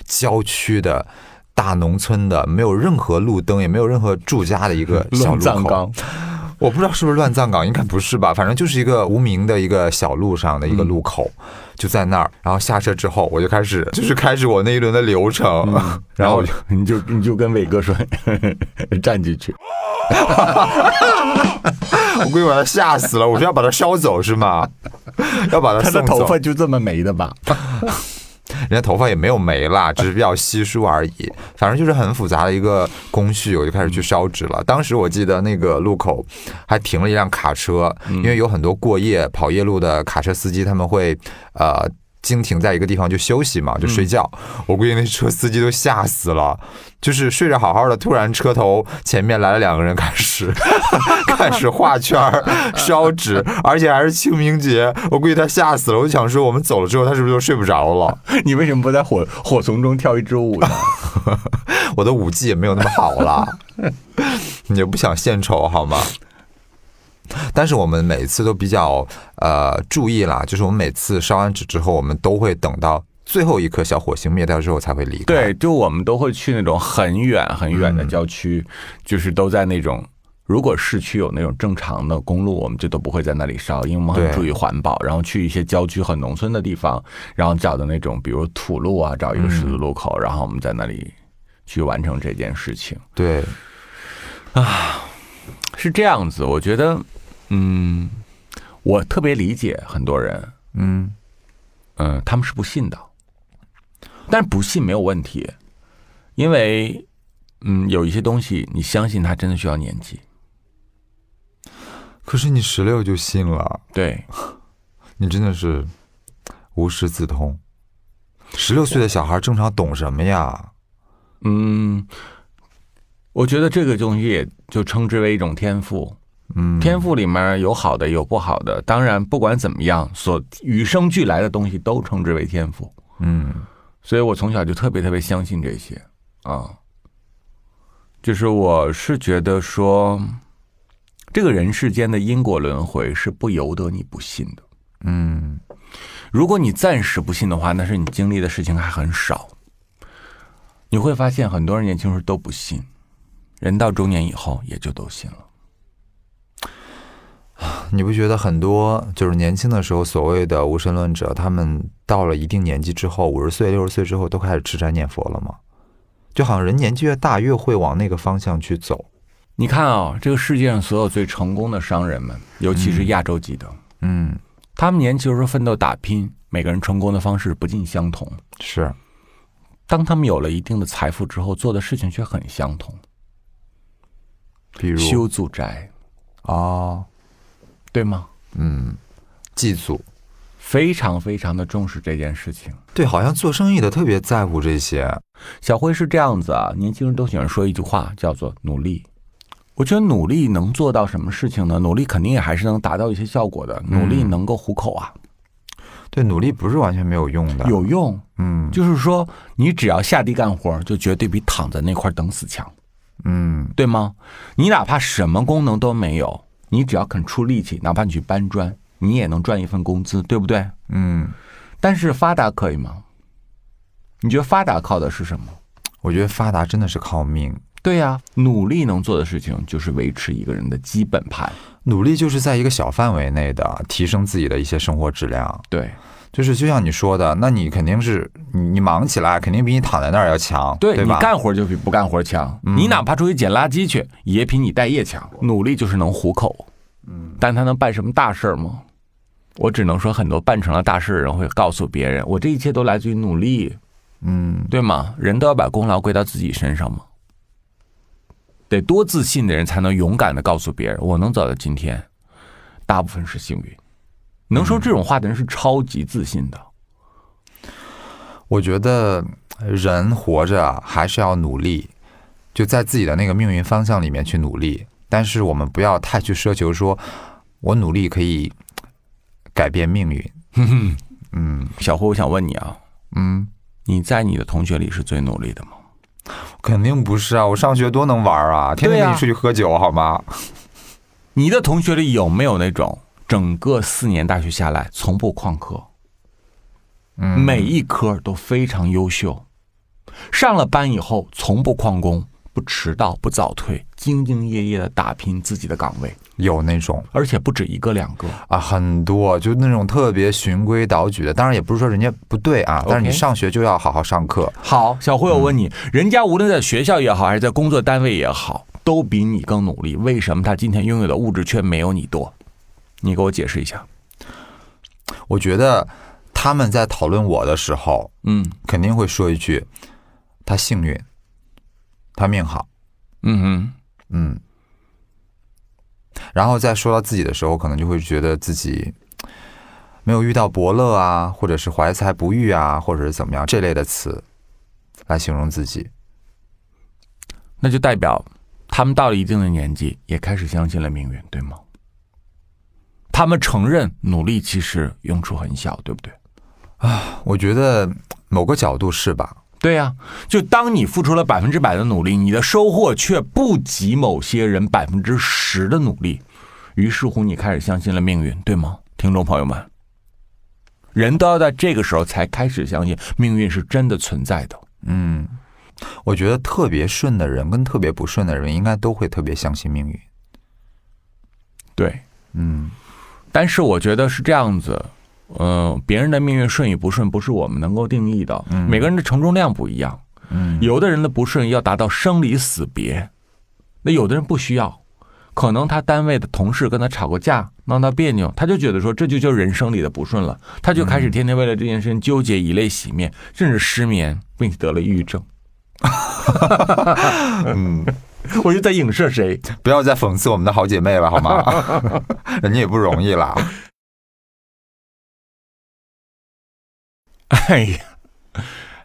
Speaker 2: 郊区的大农村的，没有任何路灯，也没有任何住家的一
Speaker 5: [laughs]
Speaker 2: 个小
Speaker 5: 乱
Speaker 2: 路
Speaker 5: 葬
Speaker 2: 口
Speaker 5: 岗。，
Speaker 2: 我不知道是不是乱葬岗，应该不是吧？反正就是一个无名的一个小路上的一个
Speaker 5: 嗯
Speaker 2: 路口，就在那儿。然后下车之后，我就开始就是开始我那一轮的流程， [laughs] 然
Speaker 5: 然
Speaker 2: 后我
Speaker 5: 后
Speaker 2: 就
Speaker 5: 你就你就跟伟哥说 [laughs] 站进去，
Speaker 2: [laughs] 我估计把他吓死了，我说要把他烧走是吗？要把他
Speaker 5: 他的
Speaker 2: 送走，
Speaker 5: 头发就这么没的吧？
Speaker 2: 人家头发也没有没啦，只是比较稀疏而已。反正就是很复杂的一个工序，我就开始去烧纸了。当时我记得那个路口还停了一辆卡车，因为有很多过夜跑夜路的卡车司机，他们会呃。经停在一个地方就休息嘛，就睡觉。我估计那车司机都吓死了，就是睡着好好的，突然车头前面来了两个人，开始 [laughs] 开始画圈儿、烧纸，而且还是清明节。我估计他吓死了。我就想说，我们走了之后，他是不是就睡不着了？
Speaker 5: 你为什么不在火火丛中跳一支舞呢？
Speaker 2: [laughs] 我的舞技也没有那么好
Speaker 5: [laughs]
Speaker 2: 了，你也不想献丑好吗？但是我们每次都比较呃注意啦，就是我们每次烧完纸之后，我们都会等到最后一颗小火星灭掉之后才会离开。
Speaker 5: 对，就我们都会去那种很远很远的郊区，就是都在那种。如果市区有那种正常的公路，我们就都不会在那里烧，因为我们很
Speaker 2: 对
Speaker 5: 注意环保。然后去一些郊区很农村的地方，然后找的那种，比如土路啊，找一个十字路口，然后我们在那里去完成这件事情。
Speaker 2: 对，
Speaker 5: 是这样子，我觉得，嗯，我特别理解很多人，
Speaker 2: 嗯，
Speaker 5: 嗯，他们是不信的，但是不信没有问题，因为，嗯，有一些东西你相信它真的需要年纪，
Speaker 2: 可是你十六就信了，
Speaker 5: 对，
Speaker 2: 你真的是无师自通。十六岁的小孩正常懂什么呀？
Speaker 5: 嗯，我觉得这个东西也就称之为一种天赋，
Speaker 2: 嗯，
Speaker 5: 天赋里面有好的有不好的，当然不管怎么样，所与生俱来的东西都称之为天赋，
Speaker 2: 嗯，
Speaker 5: 所以我从小就特别特别相信这些啊，就是我是觉得说，这个人世间的因果轮回是不由得你不信的。
Speaker 2: 嗯
Speaker 5: 如果你暂时不信的话，那是你经历的事情还很少。你会发现，很多人年轻时候都不信，人到中年以后也就都信了。
Speaker 2: 你不觉得很多就是年轻的时候所谓的无神论者，他们到了一定年纪之后，五十岁、六十岁之后都开始吃斋念佛了吗？就好像人年纪越大，越会往那个方向去走。
Speaker 5: 你看啊、这个世界上所有最成功的商人们，尤其是亚洲籍的，
Speaker 2: 嗯，
Speaker 5: 他们年轻时候奋斗打拼，每个人成功的方式不尽相同。
Speaker 2: 是，
Speaker 5: 当他们有了一定的财富之后，做的事情却很相同，
Speaker 2: 比如
Speaker 5: 修住宅，
Speaker 2: 哦，
Speaker 5: 对吗？
Speaker 2: 嗯，祭祖，
Speaker 5: 非常非常的重视这件事情。
Speaker 2: 对，好像做生意的特别在乎这些。
Speaker 5: 小辉是这样子啊，年轻人都喜欢说一句话，叫做努力。我觉得努力能做到什么事情呢？努力肯定也还是能达到一些效果的，努
Speaker 2: 嗯
Speaker 5: 力能够糊口啊，
Speaker 2: 对，努力不是完全没有用的。
Speaker 5: 有，用。
Speaker 2: 嗯
Speaker 5: 就是说，你只要下地干活，就绝对比躺在那块儿等死强，
Speaker 2: 嗯，
Speaker 5: 对吗？你哪怕什么功能都没有，你只要肯出力气，哪怕你去搬砖，你也能赚一份工资，对不对？
Speaker 2: 嗯，
Speaker 5: 但是发达可以吗？你觉得发达靠的是什么？
Speaker 2: 我觉得发达真的是靠命，
Speaker 5: 对呀、努力能做的事情就是维持一个人的基本盘。
Speaker 2: 努力就是在一个小范围内的提升自己的一些生活质量。
Speaker 5: 对
Speaker 2: 就是就像你说的，那你肯定是你你忙起来，肯定比你躺在那儿要强，对
Speaker 5: 你
Speaker 2: 吧？
Speaker 5: 干活就比不干活强。你哪怕出去捡垃圾去，也比你待业强。嗯努力就是能糊口，嗯，但他能办什么大事儿吗？我只能说，很多办成了大事的人会告诉别人，我这一切都来自于努力，
Speaker 2: 嗯，
Speaker 5: 对吗？人都要把功劳归到自己身上嘛。得多自信的人才能勇敢的告诉别人，我能走到今天，大部分是幸运。能说这种话的人是超级自信的。
Speaker 2: 我觉得人活着啊还是要努力，就在自己的那个命运方向里面去努力。但是我们不要太去奢求说，我努力可以改变命运。嗯，
Speaker 5: 小辉，我想问你啊，
Speaker 2: 嗯，
Speaker 5: 你在你的同学里是最努力的吗？
Speaker 2: 肯定不是啊！我上学多能玩啊，天
Speaker 5: 对
Speaker 2: 天
Speaker 5: 呀
Speaker 2: 跟你出去喝酒，好吗？
Speaker 5: 你的同学里有没有那种整个四年大学下来从不旷课，
Speaker 2: 嗯，
Speaker 5: 每一科都非常优秀，上了班以后从不旷工、不迟到、不早退，兢兢业业的打拼自己的岗位，
Speaker 2: 有那种
Speaker 5: 而且不止一个两个。
Speaker 2: 啊，很多就那种特别循规蹈矩的。当然也不是说人家不对啊，但是你
Speaker 5: OK
Speaker 2: 上学就要好好上课。
Speaker 5: 好，小辉，我问你，人家无论在学校也好，还是在工作单位也好，都比你更努力，为什么他今天拥有的物质却没有你多？你给我解释一下。
Speaker 2: 我觉得他们在讨论我的时候，
Speaker 5: 嗯
Speaker 2: 肯定会说一句：“他幸运，他命好。
Speaker 5: 嗯哼。”
Speaker 2: 嗯。然后再说到自己的时候，可能就会觉得自己没有遇到伯乐啊，或者是怀才不遇啊，或者是怎么样这类的词来形容自己。
Speaker 5: 那就代表他们到了一定的年纪，也开始相信了命运，对吗？他们承认努力其实用处很小，对不对？
Speaker 2: 我觉得某个角度是吧？
Speaker 5: 对呀、就当你付出了百分之百的努力，你的收获却不及某些人百分之十的努力，于是乎你开始相信了命运，对吗？听众朋友们，人都要在这个时候才开始相信命运是真的存在的。
Speaker 2: 嗯，我觉得特别顺的人跟特别不顺的人，应该都会特别相信命运。
Speaker 5: 对，
Speaker 2: 嗯
Speaker 5: 但是我觉得是这样子，呃，别人的命运顺与不顺不是我们能够定义的，每个人的承重量不一样，
Speaker 2: 嗯，
Speaker 5: 有的人的不顺要达到生离死别，那有的人不需要，可能他单位的同事跟他吵过架，闹闹别扭，他就觉得说这就叫人生里的不顺了，他就开始天天为了这件事情纠结，以泪洗面，甚至失眠，并且得了抑郁症。
Speaker 2: 嗯，
Speaker 5: [laughs] 我就在影射谁？
Speaker 2: 不要再讽刺我们的好姐妹了，好吗？ [laughs] 人家也不容易 [laughs] 啦。
Speaker 5: [laughs] 哎呀，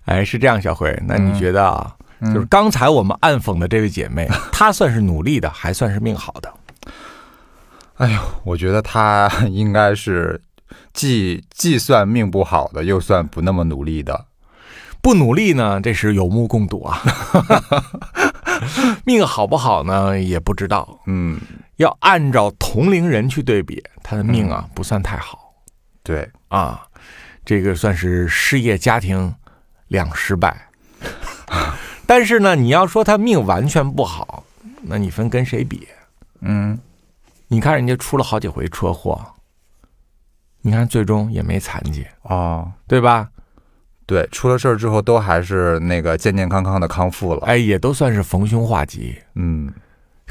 Speaker 5: 哎，是这样，小辉，那你觉得啊？
Speaker 2: 嗯
Speaker 5: 就是刚才我们暗讽的这位姐
Speaker 2: [laughs]
Speaker 5: 妹，她算是努力的，还算是命好的。
Speaker 2: 哎呦，我觉得她应该是既既算命不好的，又算不那么努力的。
Speaker 5: 不努力呢，这是有目共睹啊。 [laughs] 命好不好呢？也不知道，
Speaker 2: 嗯，
Speaker 5: 要按照同龄人去对比，他的命
Speaker 2: 嗯
Speaker 5: 啊不算太好
Speaker 2: 对，
Speaker 5: 啊，这个算是事业家庭两失
Speaker 2: [laughs]
Speaker 5: 败。但是呢，你要说他命完全不好，那你分跟谁比？
Speaker 2: 嗯，
Speaker 5: 你看人家出了好几回车祸，你看最终也没残疾，
Speaker 2: 哦，
Speaker 5: 对吧？
Speaker 2: 对，出了事儿之后都还是那个健健康康的康复了。
Speaker 5: 哎，也都算是逢凶化吉。
Speaker 2: 嗯，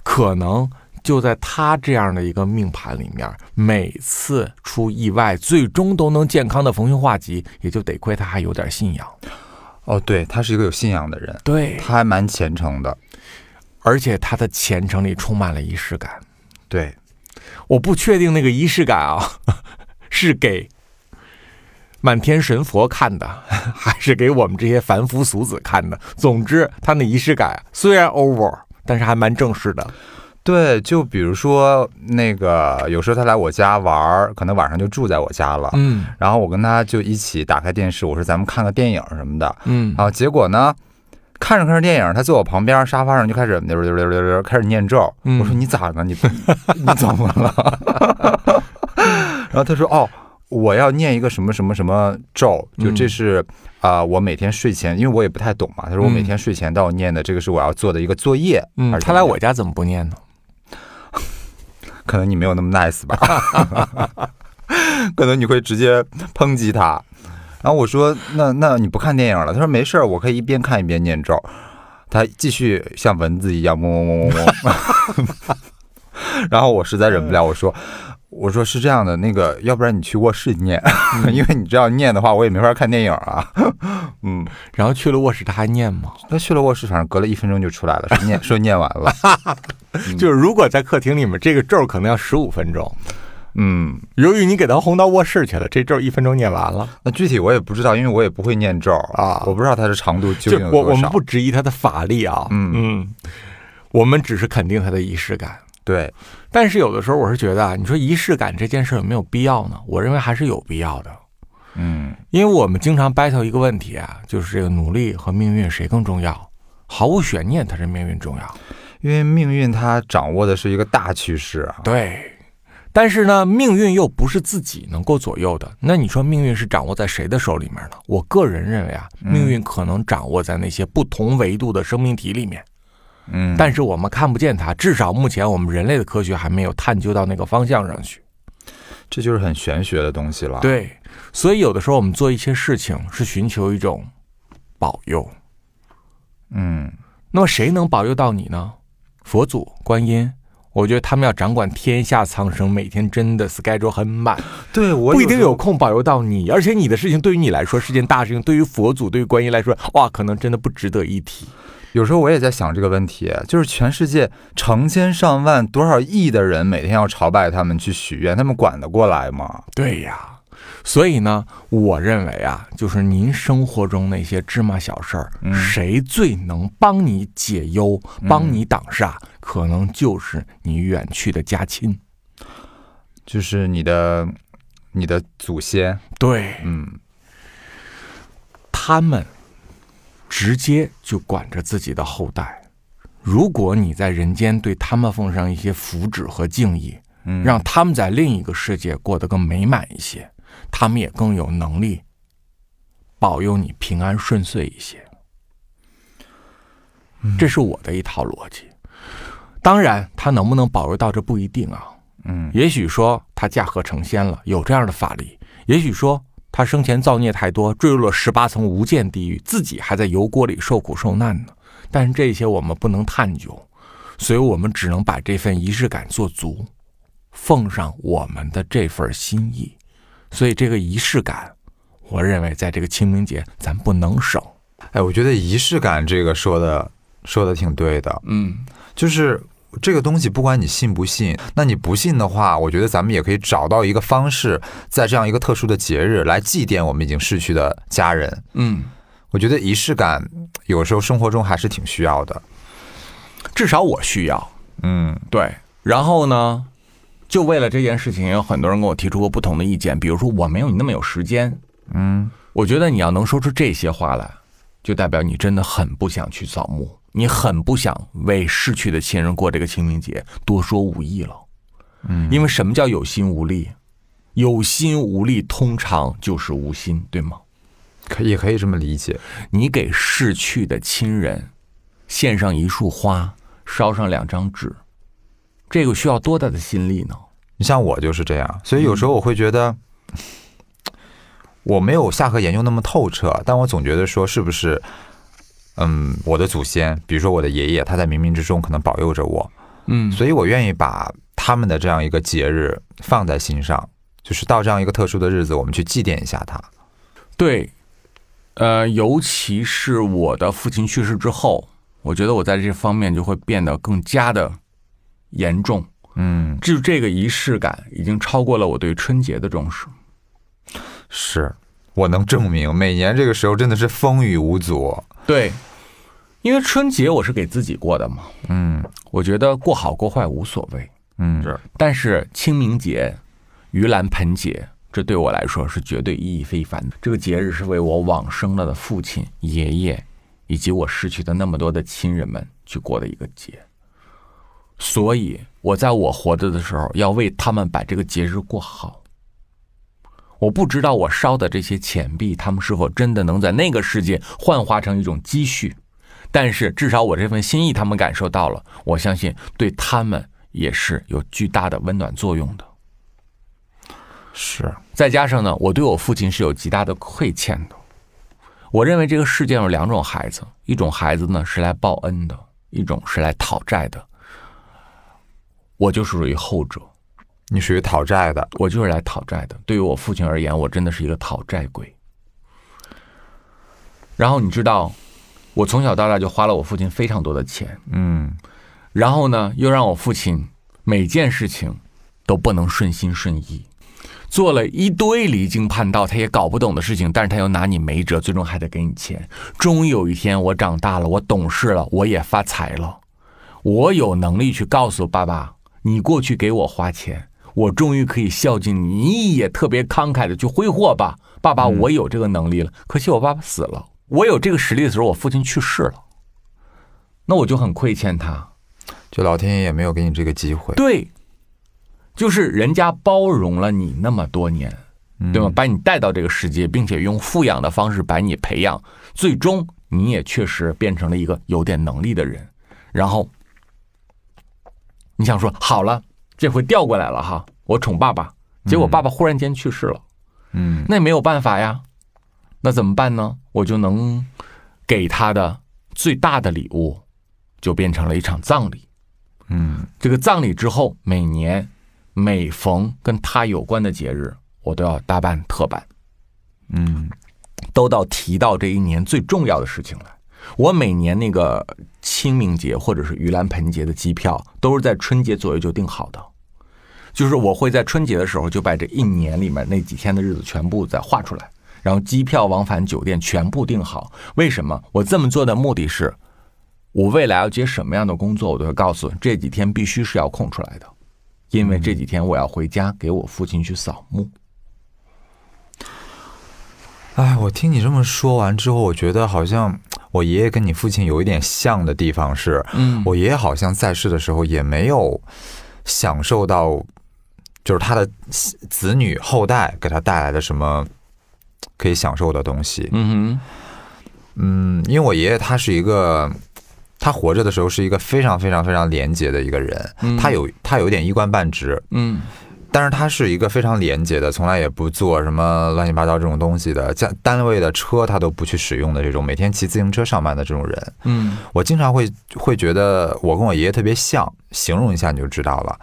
Speaker 5: 可能就在他这样的一个命盘里面，每次出意外，最终都能健康的逢凶化吉，也就得亏他还有点信仰。
Speaker 2: 哦，对，他是一个有信仰的人，
Speaker 5: 对，
Speaker 2: 他还蛮虔诚的。
Speaker 5: 而且他的虔诚里充满了仪式感。
Speaker 2: 对，
Speaker 5: 我不确定那个仪式感啊， [laughs] 是给满天神佛看的， [laughs] 还是给我们这些凡夫俗子看的。总之，他那仪式感虽然 over，但是还蛮正式的。
Speaker 2: 对，就比如说那个，有时候他来我家玩儿，可能晚上就住在我家了。
Speaker 5: 嗯
Speaker 2: 然后我跟他就一起打开电视，我说咱们看个电影什么的。
Speaker 5: 嗯
Speaker 2: 然后结果呢，看着看着电影，他坐我旁边沙发上就开始溜溜溜溜溜开始念咒。
Speaker 5: 嗯
Speaker 2: 我说你咋
Speaker 5: [laughs]
Speaker 2: 了？你你怎么了？ [laughs] 然后他说哦。我要念一个什么什么什么咒，就
Speaker 5: 嗯
Speaker 2: 这是啊、我每天睡前，因为我也不太懂嘛。他说我每天睡前都要念的，这个是我要做的一个作业。
Speaker 5: 嗯
Speaker 2: 还，是
Speaker 5: 他来
Speaker 2: 怎么
Speaker 5: 我家怎么不念呢？
Speaker 2: 样，可能你没有那么 nice 吧， [laughs] 可能你会直接抨击他。然后我说那那你不看电影了？他说没事儿，我可以一边看一边念咒。他继续像蚊子一样嗡嗡嗡嗡嗡。 [laughs] 然后我实在忍不了，我说。我说是这样的，那个，要不然你去卧室念， [laughs] 因为你这样念的话，我也没法看电影啊。嗯，
Speaker 5: 然后去了卧室，他还念吗？
Speaker 2: 他去了卧室，反正隔了一分钟就出来了，说念说念完了。
Speaker 5: 就是如果在客厅里面，这个咒可能要十五分钟。
Speaker 2: 嗯，
Speaker 5: 由于你给他轰到卧室去了，这咒一分钟念完了。
Speaker 2: 那具体我也不知道，因为我也不会念咒
Speaker 5: 啊
Speaker 2: 我不知道它的长度究
Speaker 5: 就
Speaker 2: 竟有
Speaker 5: 我
Speaker 2: 多
Speaker 5: 我们
Speaker 2: 少。
Speaker 5: 不质疑他的法力啊，
Speaker 2: 嗯
Speaker 5: 嗯，我们只是肯定他的仪式感。
Speaker 2: 对，
Speaker 5: 但是有的时候我是觉得啊，你说仪式感这件事有没有必要呢？我认为还是有必要的，
Speaker 2: 嗯
Speaker 5: 因为我们经常 battle 一个问题啊，就是这个努力和命运谁更重要？毫无悬念，它是命运重要。
Speaker 2: 因为命运它掌握的是一个大趋势啊。
Speaker 5: 对，但是呢，命运又不是自己能够左右的。那你说命运是掌握在谁的手里面呢？我个人认为啊，命运可能掌握在那些不同维度的生命体里面，
Speaker 2: 嗯，
Speaker 5: 但是我们看不见它。至少目前我们人类的科学还没有探究到那个方向上去。
Speaker 2: 这就是很玄学的东西了。，
Speaker 5: 对，所以有的时候我们做一些事情是寻求一种保佑。
Speaker 2: 嗯
Speaker 5: 那么谁能保佑到你呢？佛祖、观音，我觉得他们要掌管天下苍生，每天真的 schedule 很满。
Speaker 2: 对我
Speaker 5: 不一定
Speaker 2: 时候
Speaker 5: 有空保佑到你，而且你的事情对于你来说是件大事情，对于佛祖、对于观音来说，哇，可能真的不值得一提。
Speaker 2: 有时候我也在想这个问题，就是全世界成千上万、多少亿的人每天要朝拜他们去许愿，他们管得过来吗？
Speaker 5: 对呀，所以呢，我认为啊，就是您生活中那些芝麻小事儿，谁最能帮你解忧、帮你挡煞，可能就是你远去的家亲。
Speaker 2: 就是你的、你的祖先，
Speaker 5: 对
Speaker 2: 嗯
Speaker 5: 他们直接就管着自己的后代。如果你在人间对他们奉上一些福祉和敬意，
Speaker 2: 嗯，
Speaker 5: 让他们在另一个世界过得更美满一些，他们也更有能力保佑你平安顺遂一些。
Speaker 2: 嗯
Speaker 5: 这是我的一套逻辑。当然，他能不能保佑到这不一定啊。
Speaker 2: 嗯
Speaker 5: 也许说他驾鹤成仙了，有这样的法力；也许说他生前造孽太多，坠入了十八层无间地狱，自己还在油锅里受苦受难呢。但是这些我们不能探究，所以我们只能把这份仪式感做足，奉上我们的这份心意。所以这个仪式感，我认为在这个清明节咱不能省。
Speaker 2: 哎，我觉得仪式感这个说的说的挺对的，
Speaker 5: 嗯，
Speaker 2: 就是这个东西，不管你信不信，那你不信的话，我觉得咱们也可以找到一个方式，在这样一个特殊的节日来祭奠我们已经逝去的家人。
Speaker 5: 嗯，
Speaker 2: 我觉得仪式感有时候生活中还是挺需要的。
Speaker 5: 至少我需要。
Speaker 2: 嗯
Speaker 5: 对，然后呢，就为了这件事情，也有很多人跟我提出过不同的意见，比如说我没有你那么有时间。
Speaker 2: 嗯，
Speaker 5: 我觉得你要能说出这些话来，就代表你真的很不想去扫墓，你很不想为逝去的亲人过这个清明节，多说无益了。嗯，因为什么叫有心无力？有心无力通常就是无心，对吗？
Speaker 2: 可也可以这么理解。
Speaker 5: 你给逝去的亲人献上一束花，烧上两张纸，这个需要多大的心力呢？
Speaker 2: 你像我就是这样，所以有时候我会觉得，我没有下河研究那么透彻，但我总觉得说是不是，嗯，我的祖先，比如说我的爷爷，他在冥冥之中可能保佑着我，
Speaker 5: 嗯
Speaker 2: 所以我愿意把他们的这样一个节日放在心上，就是到这样一个特殊的日子，我们去祭奠一下他。
Speaker 5: 对，呃，尤其是我的父亲去世之后，我觉得我在这方面就会变得更加的严重。
Speaker 2: 嗯，
Speaker 5: 就这个仪式感已经超过了我对春节的重视。
Speaker 2: 是我能证明，每年这个时候真的是风雨无阻。
Speaker 5: 对，因为春节我是给自己过的嘛，
Speaker 2: 嗯
Speaker 5: 我觉得过好过坏无所谓。
Speaker 2: 嗯，
Speaker 5: 是，但是清明节、盂兰盆节，这对我来说是绝对意义非凡的。这个节日是为我往生了的父亲、爷爷，以及我逝去的那么多的亲人们去过的一个节。所以，我在我活着的时候，要为他们把这个节日过好。我不知道我烧的这些钱币，他们是否真的能在那个世界幻化成一种积蓄，但是至少我这份心意他们感受到了，我相信对他们也是有巨大的温暖作用的。
Speaker 2: 是，
Speaker 5: 再加上呢，我对我父亲是有极大的亏欠的。我认为这个世界上有两种孩子，一种孩子呢是来报恩的，一种是来讨债的。我就属于后者，
Speaker 2: 你属于讨债的。
Speaker 5: 我就是来讨债的。对于我父亲而言，我真的是一个讨债鬼。然后你知道，我从小到大就花了我父亲非常多的钱，
Speaker 2: 嗯，
Speaker 5: 然后呢，又让我父亲每件事情都不能顺心顺意，做了一堆离经叛道，他也搞不懂的事情，但是他又拿你没辙，最终还得给你钱。终于有一天，我长大了，我懂事了，我也发财了，我有能力去告诉爸爸，你过去给我花钱，我终于可以孝敬你，你也特别慷慨的去挥霍吧，爸爸，我有这个能力了。可惜我爸爸死了，我有这个实力的时候，我父亲去世了，那我就很亏欠他。
Speaker 2: 就老天爷也没有给你这个机会。
Speaker 5: 对，就是人家包容了你那么多年，
Speaker 2: 嗯
Speaker 5: 对吗？把你带到这个世界，并且用富养的方式把你培养，最终你也确实变成了一个有点能力的人。然后你想说好了，这回调过来了哈，我宠爸爸，结果爸爸忽然间去世了，
Speaker 2: 嗯，
Speaker 5: 那也没有办法呀，那怎么办呢？我就能给他的最大的礼物，就变成了一场葬礼。
Speaker 2: 嗯，
Speaker 5: 这个葬礼之后，每年每逢跟他有关的节日，我都要大办特办，
Speaker 2: 嗯，
Speaker 5: 都到提到这一年最重要的事情来。我每年那个清明节或者是盂兰盆节的机票，都是在春节左右就订好的，就是我会在春节的时候就把这一年里面那几天的日子全部再画出来，然后机票、往返酒店全部订好。为什么我这么做的目的是，我未来要接什么样的工作，我都会告诉这几天必须是要空出来的，因为这几天我要回家给我父亲去扫墓。
Speaker 2: 哎，我听你这么说完之后，我觉得好像我爷爷跟你父亲有一点像的地方是，
Speaker 5: 嗯
Speaker 2: 我爷爷好像在世的时候也没有享受到，就是他的子女后代给他带来的什么可以享受的东西。
Speaker 5: 嗯哼，
Speaker 2: 嗯，因为我爷爷他是一个。他活着的时候是一个非常非常非常廉洁的一个人，他有他有一点一官半职，
Speaker 5: 嗯
Speaker 2: 但是他是一个非常廉洁的，从来也不做什么乱七八糟这种东西的，家单位的车他都不去使用的这种，每天骑自行车上班的这种人，
Speaker 5: 嗯
Speaker 2: 我经常会会觉得我跟我爷爷特别像，形容一下你就知道了，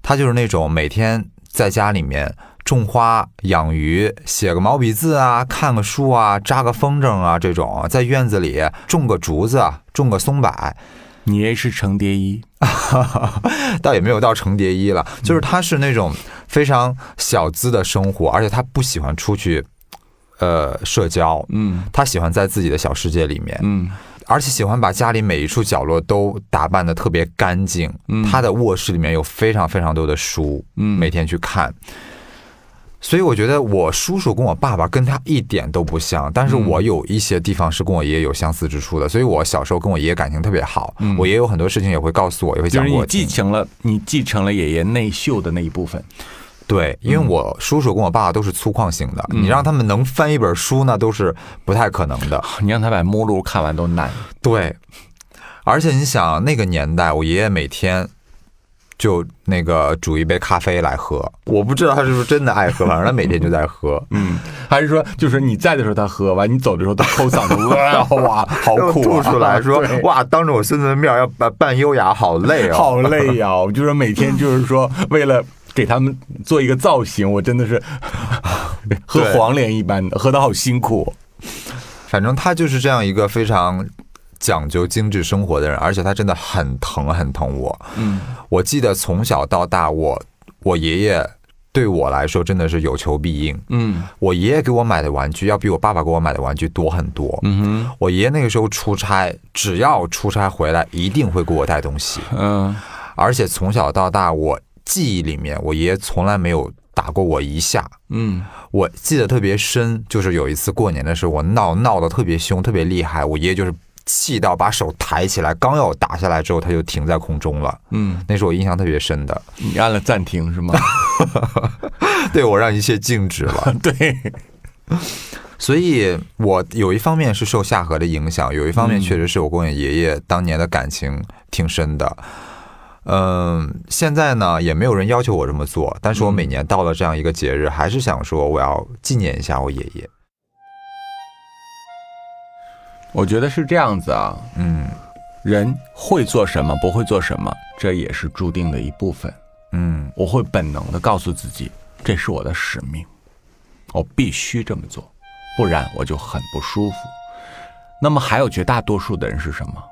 Speaker 2: 他就是那种每天在家里面。种花、养鱼、写个毛笔字啊，看个书啊，扎个风筝啊，这种在院子里种个竹子，啊种个松柏，
Speaker 5: 你也是程蝶衣，
Speaker 2: 倒也没有到程蝶衣了，
Speaker 5: 嗯
Speaker 2: 就是他是那种非常小资的生活，而且他不喜欢出去，呃，社交，
Speaker 5: 嗯
Speaker 2: 他喜欢在自己的小世界里面，
Speaker 5: 嗯
Speaker 2: 而且喜欢把家里每一处角落都打扮的特别干净。他的卧室里面有非常非常多的书，
Speaker 5: 嗯嗯
Speaker 2: 每天去看。所以我觉得我叔叔跟我爸爸跟他一点都不像，但
Speaker 5: 嗯
Speaker 2: 是我有一些地方是跟我爷爷有相似之处的，所以我小时候跟我爷爷感情特别好，
Speaker 5: 嗯
Speaker 2: 我爷爷有很多事情也会告诉我，也会
Speaker 5: 就
Speaker 2: 讲
Speaker 5: 是
Speaker 2: 给
Speaker 5: 你
Speaker 2: 我
Speaker 5: 继
Speaker 2: 听。
Speaker 5: 承了你继承了爷爷内秀的那一部分，
Speaker 2: 对，因为我叔叔跟我爸爸都是粗犷型的，你让他们能翻一本书那都是不太可能的。
Speaker 5: 你让他把目录看完都难。
Speaker 2: 对，而且你想那个年代，我爷爷每天就那个煮一杯咖啡来喝，我不知道他是不是真的爱喝，反正他每天就在 [laughs] 喝。
Speaker 5: 嗯，还是说就是你在的时候他喝完，你走的时候他抠嗓 [laughs] 子，哇哇，好
Speaker 2: 又
Speaker 5: 苦、
Speaker 2: 吐
Speaker 5: 啊，
Speaker 2: 出来说
Speaker 5: [laughs] 对：“
Speaker 2: 哇，当着我孙子的面要办办优雅，好累哦。”
Speaker 5: 好累呀、我就是每天就是说，为了给他们做一个造型，我真的是 [laughs] 喝
Speaker 2: 对
Speaker 5: 黄连一般的，喝的好辛苦。
Speaker 2: 反正他就是这样一个非常讲究精致生活的人，而且他真的很疼很疼我。
Speaker 5: 嗯，
Speaker 2: 我记得从小到大，我我爷爷对我来说真的是有求必应。
Speaker 5: 嗯
Speaker 2: 我爷爷给我买的玩具要比我爸爸给我买的玩具多很多。
Speaker 5: 嗯哼
Speaker 2: 我爷爷那个时候出差，只要出差回来，一定会给我带东西。
Speaker 5: [laughs] 嗯
Speaker 2: 而且从小到大，我记忆里面，我爷爷从来没有打过我一下。
Speaker 5: 嗯
Speaker 2: 我记得特别深，就是有一次过年的时候，我闹闹得特别凶，特别厉害，我爷爷就是气到把手抬起来，刚要打下来之后，他就停在空中了。
Speaker 5: 嗯，
Speaker 2: 那是我印象特别深的，
Speaker 5: 你按了暂停是吗？
Speaker 2: 对我让一切静止了。
Speaker 5: 对，
Speaker 2: 所以，我有一方面是受夏荷的影响，有一方面确实是我跟我爷爷当年的感情挺深的。嗯，现在呢也没有人要求我这么做，但是我每年到了这样一个节日，还是想说我要纪念一下我爷爷。
Speaker 5: 我觉得是这样子啊。
Speaker 2: 嗯
Speaker 5: 人会做什么，不会做什么，这也是注定的一部分。
Speaker 2: 嗯。
Speaker 5: 我会本能的告诉自己，这是我的使命，我必须这么做，不然我就很不舒服。那么还有绝大多数的人是什么？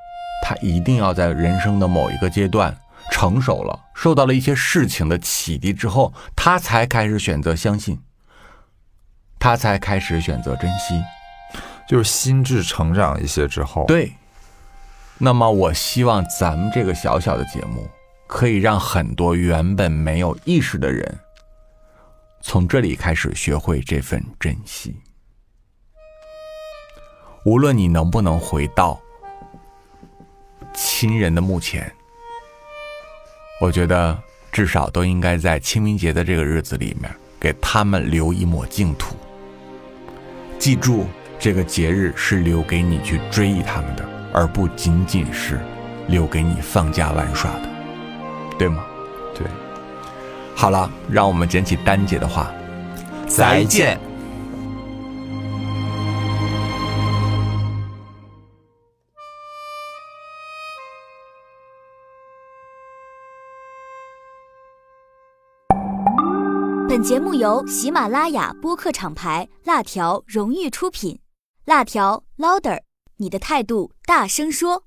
Speaker 5: 他一定要在人生的某一个阶段成熟了，受到了一些事情的启迪之后，他才开始选择相信，他才开始选择珍惜。
Speaker 2: 就是心智成长一些之后，，
Speaker 5: 对，那么我希望咱们这个小小的节目，可以让很多原本没有意识的人，从这里开始学会这份珍惜。无论你能不能回到亲人的墓前，我觉得至少都应该在清明节的这个日子里面，给他们留一抹净土。记住，这个节日是留给你去追忆他们的，而不仅仅是留给你放假玩耍的，对吗？
Speaker 2: 对。
Speaker 5: 好了，让我们捡起丹姐的话，
Speaker 2: 再见。
Speaker 1: 本节目由喜马拉雅播客厂牌辣条荣誉出品，辣条 Louder，你的态度大声说。